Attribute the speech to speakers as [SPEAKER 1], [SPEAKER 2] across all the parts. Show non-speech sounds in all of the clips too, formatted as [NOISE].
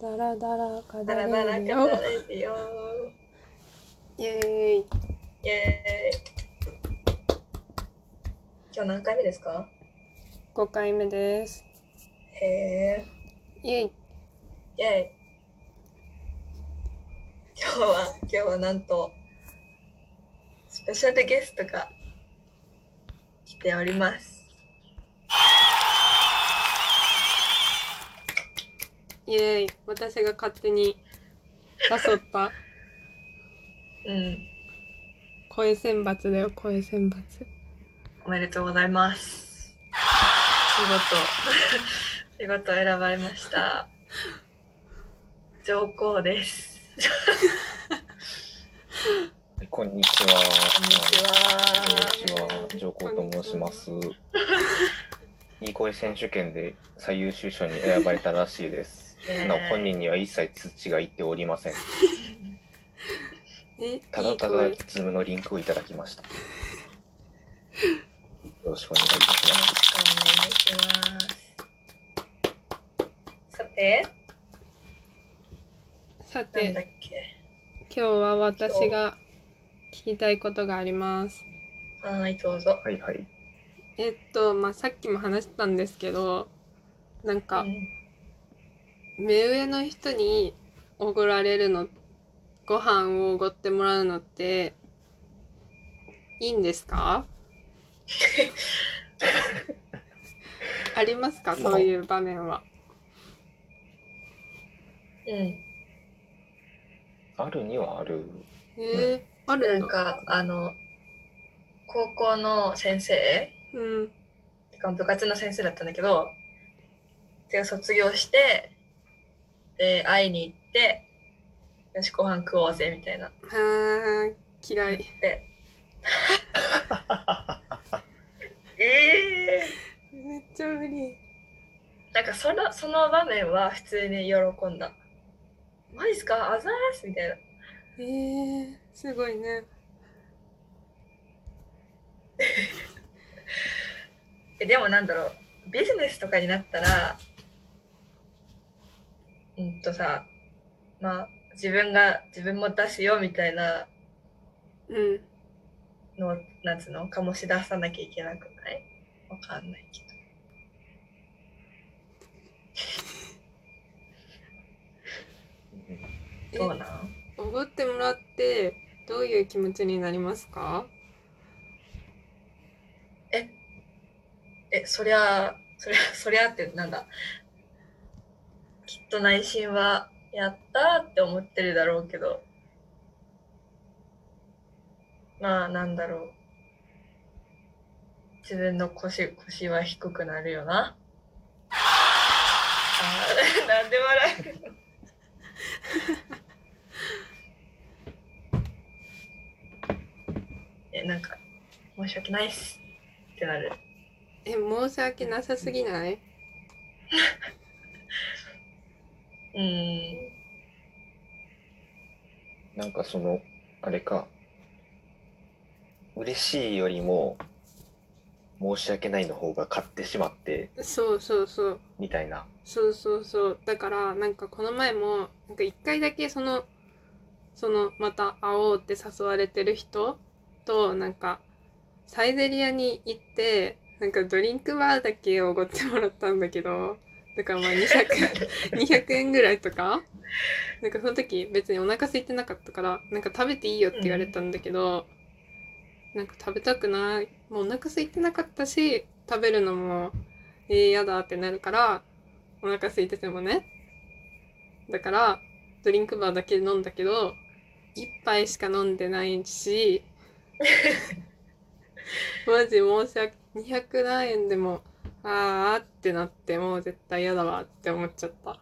[SPEAKER 1] ダラダラカ
[SPEAKER 2] ダ
[SPEAKER 1] ダ
[SPEAKER 2] ラダラ
[SPEAKER 1] レ
[SPEAKER 2] 語
[SPEAKER 1] リ
[SPEAKER 2] れ
[SPEAKER 1] オ
[SPEAKER 2] るよ。
[SPEAKER 1] イエーイ
[SPEAKER 2] イエーイ。今日何回目ですか
[SPEAKER 1] 5回目です
[SPEAKER 2] へえ。
[SPEAKER 1] イエーイ
[SPEAKER 2] イエーイ。今日は、今日はなんと、スペシャルゲストが来ております。
[SPEAKER 1] イエーイ私が勝手に誘った
[SPEAKER 2] うん。
[SPEAKER 1] 声選抜だよ声選抜
[SPEAKER 2] おめでとうございます。見事、見事選ばれました。上皇です。
[SPEAKER 3] こんにちは。
[SPEAKER 2] こんにちは。
[SPEAKER 3] こんにちは上皇と申し
[SPEAKER 2] [LAUGHS]
[SPEAKER 3] ます。いい声選手権で最優秀賞に選ばれたらしいです。なお本人には一切土が言っておりません。
[SPEAKER 1] え
[SPEAKER 3] ただた
[SPEAKER 1] い
[SPEAKER 3] だ
[SPEAKER 1] い声
[SPEAKER 3] ズームのリンクをいただきました。よろしくお願いいたします。
[SPEAKER 2] お願いします。さて、
[SPEAKER 1] さ
[SPEAKER 2] なんだ
[SPEAKER 1] て
[SPEAKER 2] っけ。
[SPEAKER 1] 今日は私が聞きたいことがあります
[SPEAKER 2] はーい、どうぞ。
[SPEAKER 3] はいはい。
[SPEAKER 1] えっとまあさっきも話したんですけどなん
[SPEAKER 2] う
[SPEAKER 1] か
[SPEAKER 2] ん
[SPEAKER 1] 目上の人におごられるのご飯をおごってもらうのっていいんですかありますかそういう場面は。
[SPEAKER 2] うん。
[SPEAKER 3] あるにはある。
[SPEAKER 1] えー、ある
[SPEAKER 2] なん
[SPEAKER 1] の
[SPEAKER 2] か、あの、高校の先生、
[SPEAKER 1] うん
[SPEAKER 2] てか部活の先生だったんだけど、で、卒業して、で、会いに行って、よし、ご飯食おうぜ、みたいな。
[SPEAKER 1] はー嫌い
[SPEAKER 2] で、ええ
[SPEAKER 1] めっちゃ無理
[SPEAKER 2] なんかそのその場面は普通に喜んだ。マジっすかあざーすみたいな。
[SPEAKER 1] えー、すごいね
[SPEAKER 2] えでもなんだろう、ビジネスとかになったら、うんとさ、まあ自分が自分も出すよみたいな
[SPEAKER 1] うん
[SPEAKER 2] のを、なんつうの、醸し出さなきゃいけなくないわかんないけど。
[SPEAKER 3] うん
[SPEAKER 1] え
[SPEAKER 2] どうなん
[SPEAKER 1] おごってもらってどういう気持ちになりますか
[SPEAKER 2] え、そりゃあ、そりゃ、 [LAUGHS] そりゃあってなんだ。きっと内心は、やったーって思ってるだろうけど。まあ、なんだろう。自分の腰、腰は低くなるよな。あー [LAUGHS] なんで笑う [LAUGHS] え、なんか、申し訳ないっす。ってなる。
[SPEAKER 1] え申し訳なさすぎない
[SPEAKER 2] うん。
[SPEAKER 3] なんかその、あれか。嬉しいよりも、申し訳ないの方が勝ってしまって、
[SPEAKER 1] そうそうそう
[SPEAKER 3] みたいな。
[SPEAKER 1] そうそうそうだからなんかこの前もなんか一回だけそのそのまた会おうって誘われてる人となんかサイゼリアに行ってなんかドリンクバーだけおごってもらったんだけどだからまあ200 200円ぐらいとかなんかその時別にお腹空いてなかったからなんか食べていいよって言われたんだけど、なんか食べたくないもうお腹空いてなかったし食べるのもえー、やだってなるからお腹空いててもねだからドリンクバーだけ飲んだけど1杯しか飲んでないしマジ申し訳200何円でもあーってなってもう絶対嫌だわって思っちゃった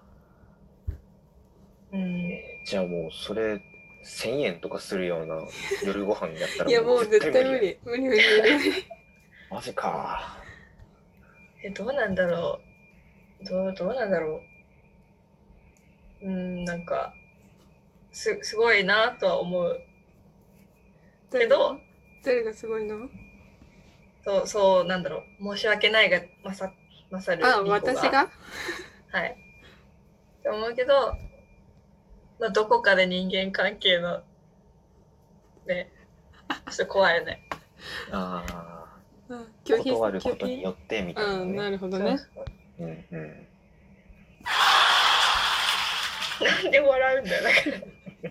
[SPEAKER 2] うん。
[SPEAKER 3] じゃあもうそれ1000円とかするような夜ご飯やったら
[SPEAKER 1] いやもう絶対無
[SPEAKER 3] や
[SPEAKER 1] 理無理無理無理無理
[SPEAKER 3] マジか
[SPEAKER 2] え、どうなんだろう。どう、どうなんだろう。うん、なんか、す、すごいなとは思う。けど
[SPEAKER 1] 誰がすごいの
[SPEAKER 2] そう、そう、なんだろう。申し訳ないが、まさ、まさる。
[SPEAKER 1] あ
[SPEAKER 2] リコ
[SPEAKER 1] 私が
[SPEAKER 2] はい。って思うけど、まあ、どこかで人間関係の、ね、ちょっと怖いよね。
[SPEAKER 3] あ
[SPEAKER 1] うん
[SPEAKER 3] あ
[SPEAKER 1] 拒否
[SPEAKER 3] 断ること
[SPEAKER 1] 拒
[SPEAKER 3] に
[SPEAKER 1] 否
[SPEAKER 3] よってみたい
[SPEAKER 1] うん
[SPEAKER 3] な
[SPEAKER 1] な
[SPEAKER 3] ね
[SPEAKER 1] るほどね
[SPEAKER 2] そう
[SPEAKER 3] うんうん
[SPEAKER 2] そうなんで笑うんだよ、だから。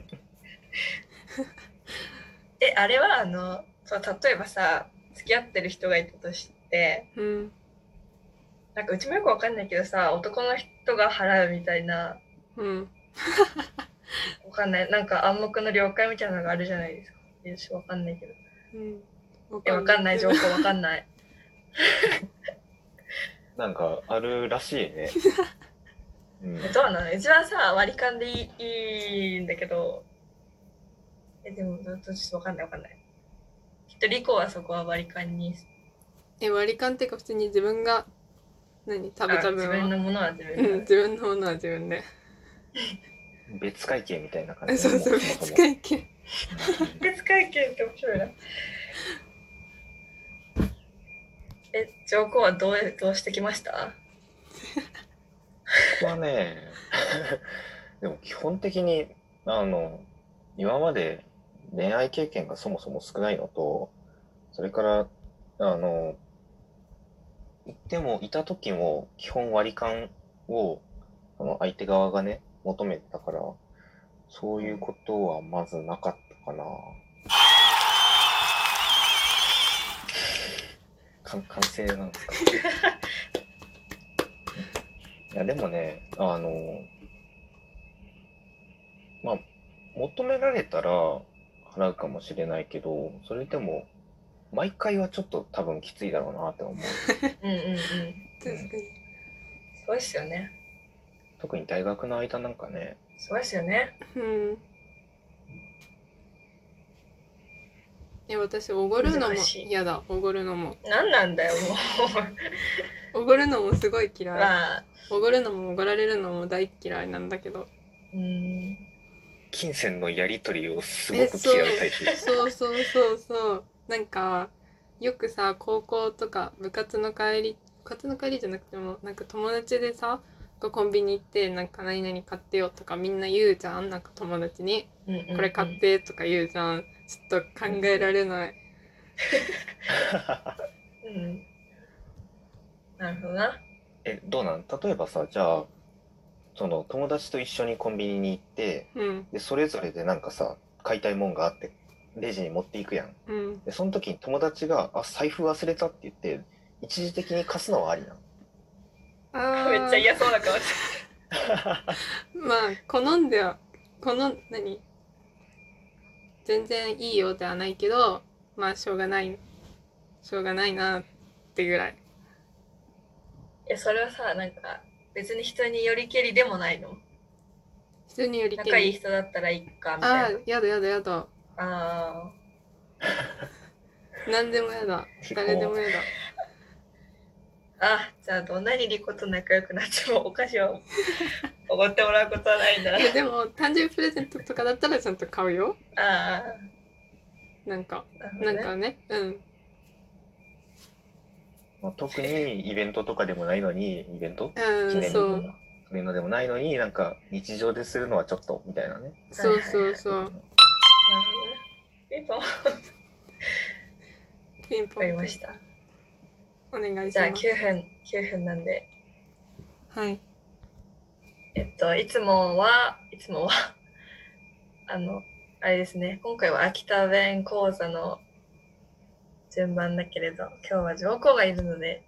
[SPEAKER 2] え、あれはあの、そう例えばさ、付き合ってる人がいたとして、
[SPEAKER 1] うん
[SPEAKER 2] なんかうちもよくわかんないけどさ、男の人が払うみたいな、
[SPEAKER 1] うん
[SPEAKER 2] わかんない、なんか暗黙の了解みたいなのがあるじゃないですか。よし、わかんないけど。
[SPEAKER 1] うん
[SPEAKER 2] え、わかんない情報わかんない。
[SPEAKER 3] なんかあるらしい
[SPEAKER 1] [LAUGHS]
[SPEAKER 3] ねうん
[SPEAKER 2] えどうなのうちはさ、割り勘でいいいいんだけど、え、でも、どどちょっとわかんないわかんない。きっとリコはそこは割り勘に、
[SPEAKER 1] え割り勘っていうか普通に自分が何食べ
[SPEAKER 2] あ
[SPEAKER 1] た
[SPEAKER 2] 自
[SPEAKER 1] 分
[SPEAKER 2] 分
[SPEAKER 1] は
[SPEAKER 2] のものは自分
[SPEAKER 1] う
[SPEAKER 2] で
[SPEAKER 1] ん自分のものは自分で
[SPEAKER 3] 別会計みたいな感じ
[SPEAKER 1] [LAUGHS] そうそう別会計
[SPEAKER 2] 別会見って面白いな。え、上皇はどうどうしてきました
[SPEAKER 3] 僕はね [LAUGHS] でも基本的にあの今まで恋愛経験がそもそも少ないのとそれからあの行ってもいた時も基本割り勘をその相手側がね求めてたからそういうことはまずなかったかな。か完成なんですかいやでもねあのまあ求められたら払うかもしれないけどそれでも毎回はちょっと多分きついだろうなって思う
[SPEAKER 2] うんうんうん。
[SPEAKER 1] 確かに
[SPEAKER 2] そうですよね。
[SPEAKER 3] 特に大学の間なんかね
[SPEAKER 2] そうですよね。
[SPEAKER 1] うんえ私おごるのも
[SPEAKER 2] 難しい
[SPEAKER 1] 嫌だおごるのも
[SPEAKER 2] 何なんだよ、も。
[SPEAKER 1] おごるのもすごいう [LAUGHS] 嫌い
[SPEAKER 2] まあ、
[SPEAKER 1] おごるのもおごられるのも大嫌いなんだけど
[SPEAKER 2] うん。
[SPEAKER 3] 金銭のやり取りをすごく嫌うタイプです
[SPEAKER 1] そうそうそうそうなんかよくさ高校とか部活の帰り部活の帰りじゃなくてもなんか友達でさこうコンビニ行ってなんか何々買ってよとかみんな言うじゃんなんか友達に
[SPEAKER 2] うんうんうん
[SPEAKER 1] これ買っ。てとか言うじゃんちょっと考えられない
[SPEAKER 2] うん。なるほどな。
[SPEAKER 3] えどうなん例えばさじゃあその友達と一緒にコンビニに行って
[SPEAKER 1] うん
[SPEAKER 3] でそれぞれでなんかさ買いたいもんがあってレジに持っていくやん
[SPEAKER 1] うん
[SPEAKER 3] でその時に友達が「あ財布忘れた」って言って一時的に貸すのはあり
[SPEAKER 1] [LAUGHS]
[SPEAKER 3] なの
[SPEAKER 1] あー
[SPEAKER 2] めっちゃ嫌そうな顔して
[SPEAKER 1] まあ好んでは好ん何全然いいよではないけどまあしょうがないしょうがないなってぐらい
[SPEAKER 2] え、それはさ、なんか、別に人によりけりでもないの。
[SPEAKER 1] 人によりけり
[SPEAKER 2] 仲いい人だったらいいか、み
[SPEAKER 1] あ
[SPEAKER 2] た
[SPEAKER 1] あ
[SPEAKER 2] い
[SPEAKER 1] やだやだやだ
[SPEAKER 2] な。あ
[SPEAKER 1] 何でもやだ
[SPEAKER 3] 結構
[SPEAKER 1] 誰でもやだ
[SPEAKER 2] あ。あ、じゃあ、どんなにリコと仲良くなってもお菓子 [LAUGHS] をおごってもらうことはないんだな。
[SPEAKER 1] えでも誕生日プレゼントとかだったらちゃんと買うよ
[SPEAKER 2] ああ。
[SPEAKER 1] なんか
[SPEAKER 2] なるほど
[SPEAKER 1] なん
[SPEAKER 2] ね
[SPEAKER 1] かねうん
[SPEAKER 3] まあ特にイベントとかでもないのにイベント記
[SPEAKER 1] うん
[SPEAKER 3] 念日
[SPEAKER 1] そ
[SPEAKER 3] と
[SPEAKER 1] う
[SPEAKER 3] かそういうのでもないのになんか日常でするのはちょっとみたいなね
[SPEAKER 1] そうそうそう
[SPEAKER 2] なるほどねピンポン。わ
[SPEAKER 1] ピンポ
[SPEAKER 2] かり
[SPEAKER 1] ン
[SPEAKER 2] ました。
[SPEAKER 1] お願いし
[SPEAKER 2] じゃあ
[SPEAKER 1] ます
[SPEAKER 2] 9分、9分なんで。
[SPEAKER 1] はい
[SPEAKER 2] えっと、いつもは、いつもは、あの、あれですね、今回は秋田弁講座の順番だけれど、今日は上皇がいるので、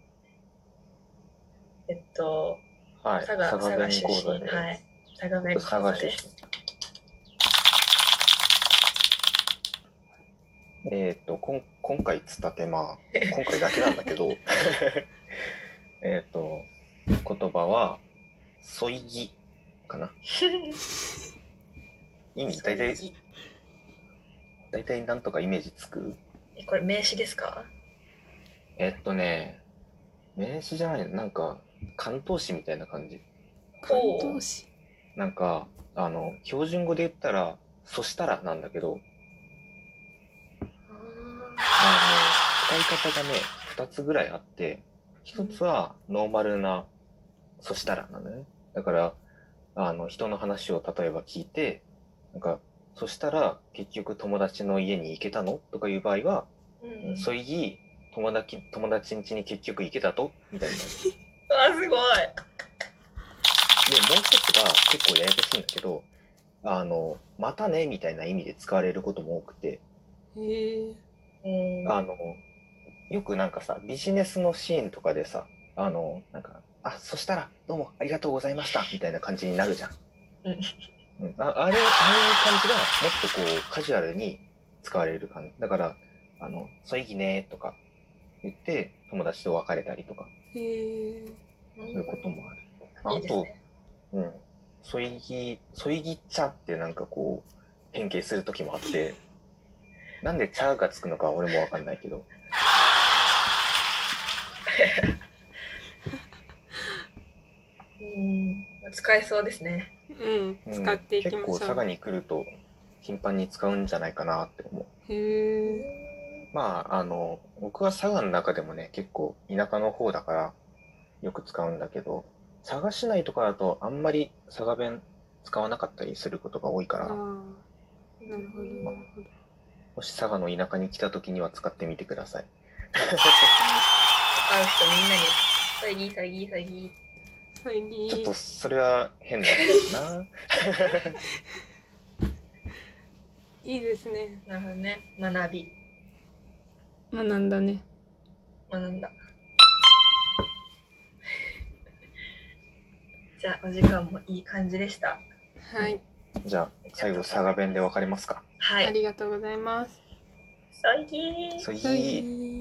[SPEAKER 2] えっと、
[SPEAKER 3] はい
[SPEAKER 2] 佐賀、
[SPEAKER 3] 佐賀
[SPEAKER 2] 佐賀
[SPEAKER 3] 弁
[SPEAKER 2] 出
[SPEAKER 3] 講
[SPEAKER 2] 身、
[SPEAKER 3] 座で
[SPEAKER 2] はい、佐賀弁
[SPEAKER 3] 佐
[SPEAKER 2] 講座
[SPEAKER 3] 賀出
[SPEAKER 2] です。
[SPEAKER 3] 身えっとこん今回つったて
[SPEAKER 2] [LAUGHS]
[SPEAKER 3] まあ今回だけなんだけど [LAUGHS] えっと言葉は「そいぎ」かな意味大体大体なんとかイメージつく
[SPEAKER 2] えこれ名詞ですか
[SPEAKER 3] えっとね名詞じゃないなんか関東詞みたいな感じ
[SPEAKER 1] 関
[SPEAKER 2] おう
[SPEAKER 1] 東市
[SPEAKER 3] なんかあの標準語で言ったら「そしたら」なんだけどあの使い方がね2つぐらいあって1つはノーマルな「そしたら」なのねだからあの人の話を例えば聞いてなんかそしたら結局友達の家に行けたのとかいう場合は、
[SPEAKER 2] うん、
[SPEAKER 3] そいぎ友達友達ん家に結局行けたとみたいな。
[SPEAKER 2] あすごい
[SPEAKER 3] で、もう一つが結構ややこしいんだけど、あの、またねみたいな意味で使われることも多くて、
[SPEAKER 1] へえ。
[SPEAKER 2] うん
[SPEAKER 3] あの、よくなんかさ、ビジネスのシーンとかでさ、あの、なんか、あ、そしたら、どうもありがとうございました、みたいな感じになるじゃん。
[SPEAKER 2] うん
[SPEAKER 3] うん。ああれ、ああいう感じが、もっとこう、カジュアルに使われる感じ。だから、あの、そいぎねとか言って、友達と別れたりとか、
[SPEAKER 1] へえ。
[SPEAKER 2] うん
[SPEAKER 3] そういうこともある。
[SPEAKER 2] い
[SPEAKER 3] あ
[SPEAKER 2] いです
[SPEAKER 3] と、
[SPEAKER 2] ね
[SPEAKER 3] うん。そいぎ、そいぎ茶ってなんかこう、変形する時もあって、なんで茶がつくのかは俺もわかんないけど。
[SPEAKER 2] うん使えそうですね
[SPEAKER 1] うん。
[SPEAKER 3] うん
[SPEAKER 1] 使っていきましょう。
[SPEAKER 3] 結構佐賀に来ると頻繁に使うんじゃないかなって思う。
[SPEAKER 2] う
[SPEAKER 1] へえ。
[SPEAKER 2] ん
[SPEAKER 3] まあ、あの、僕は佐賀の中でもね、結構田舎の方だからよく使うんだけど、佐賀市内とかだとあんまり佐賀弁使わなかったりすることが多いか
[SPEAKER 1] ああ
[SPEAKER 3] ら、も
[SPEAKER 1] ー。なるほど。なるほど。
[SPEAKER 3] し佐賀の田舎に来た時には使ってみてください。
[SPEAKER 2] 会う人みんなに「さいぎさいぎさいぎ
[SPEAKER 1] 最近。
[SPEAKER 3] ちょっとそれは変なんだよな。
[SPEAKER 1] いいですね。」
[SPEAKER 2] なるほどね学び
[SPEAKER 1] 学んだね。
[SPEAKER 2] 学んだ [LAUGHS] じゃあお時間もいい感じでした
[SPEAKER 1] はい。
[SPEAKER 3] じゃあ最後佐賀弁で別れますか。
[SPEAKER 2] は
[SPEAKER 1] あ
[SPEAKER 2] い
[SPEAKER 1] りがとうございます。
[SPEAKER 2] さいぎー
[SPEAKER 3] そうい
[SPEAKER 1] 最
[SPEAKER 3] い
[SPEAKER 1] 近